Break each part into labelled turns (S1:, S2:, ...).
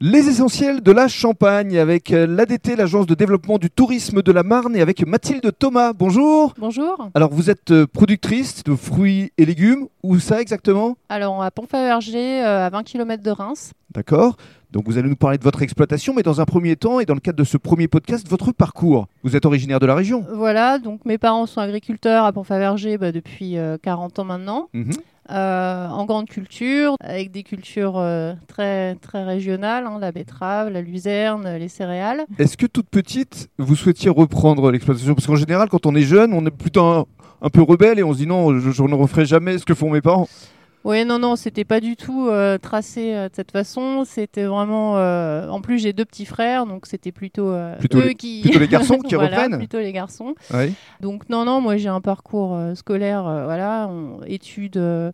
S1: Les essentiels de la Champagne avec euh, l'ADT, l'Agence de développement du tourisme de la Marne, et avec Mathilde Thomas. Bonjour.
S2: Bonjour.
S1: Alors, vous êtes euh, productrice de fruits et légumes, où ça exactement
S2: Alors, à Pont-Faverger, euh, à 20 km de Reims.
S1: D'accord. Donc, vous allez nous parler de votre exploitation, mais dans un premier temps, et dans le cadre de ce premier podcast, votre parcours. Vous êtes originaire de la région
S2: Voilà, donc mes parents sont agriculteurs à Pont-Faverger bah, depuis euh, 40 ans maintenant,
S1: Mhm.
S2: euh, en grande culture, avec des cultures euh, très, très régionales, hein, la betterave, la luzerne, les céréales.
S1: Est-ce que toute petite, vous souhaitiez reprendre l'exploitation Parce qu'en général, quand on est jeune, on est plutôt un, un peu rebelle et on se dit non, je, je ne referai jamais ce que font mes parents.
S2: Oui, non, non, c'était pas du tout euh, tracé euh, de cette façon. C'était vraiment. euh, En plus, j'ai deux petits frères, donc c'était plutôt, euh,
S1: Plutôt
S2: eux
S1: les-
S2: qui.
S1: plutôt les garçons qui
S2: Voilà,
S1: reprennent
S2: Plutôt les garçons.
S1: Oui.
S2: Donc non, non, moi j'ai un parcours euh, scolaire, euh, voilà, on- études, euh,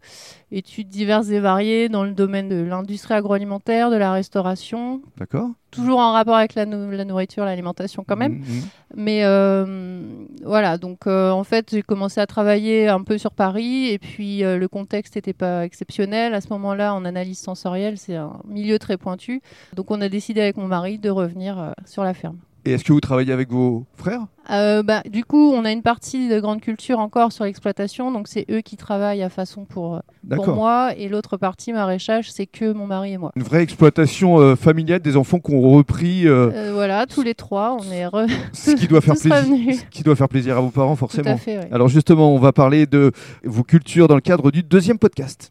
S2: études diverses et variées dans le domaine de l'industrie agroalimentaire, de la restauration,
S1: D'accord.
S2: toujours en rapport avec la, nou- la nourriture, l'alimentation quand même.
S1: Mhm, mhm.
S2: Mais euh, voilà, donc euh, en fait j'ai commencé à travailler un peu sur Paris et puis euh, le contexte n'était pas exceptionnel. À ce moment-là, en analyse sensorielle, c'est un milieu très pointu. Donc on a décidé avec mon mari de revenir euh, sur la ferme.
S1: Et est-ce que vous travaillez avec vos frères
S2: Euh, bah, du coup, on a une partie de grande culture encore sur l'exploitation, donc c'est eux qui travaillent à façon pour, euh, pour
S1: D'accord.
S2: moi, et l'autre partie maraîchage, c'est que mon mari et moi.
S1: Une vraie exploitation euh, familiale des enfants qui ont repris euh,
S2: Euh, voilà, tous les trois, on est heureux.
S1: ce, qui doit faire
S2: Tous
S1: plaisir,
S2: revenus.
S1: ce qui doit faire plaisir à vos parents,
S2: Tout à
S1: forcément.
S2: fait. ouais.
S1: Alors justement, on va parler de vos cultures dans le cadre du deuxième podcast.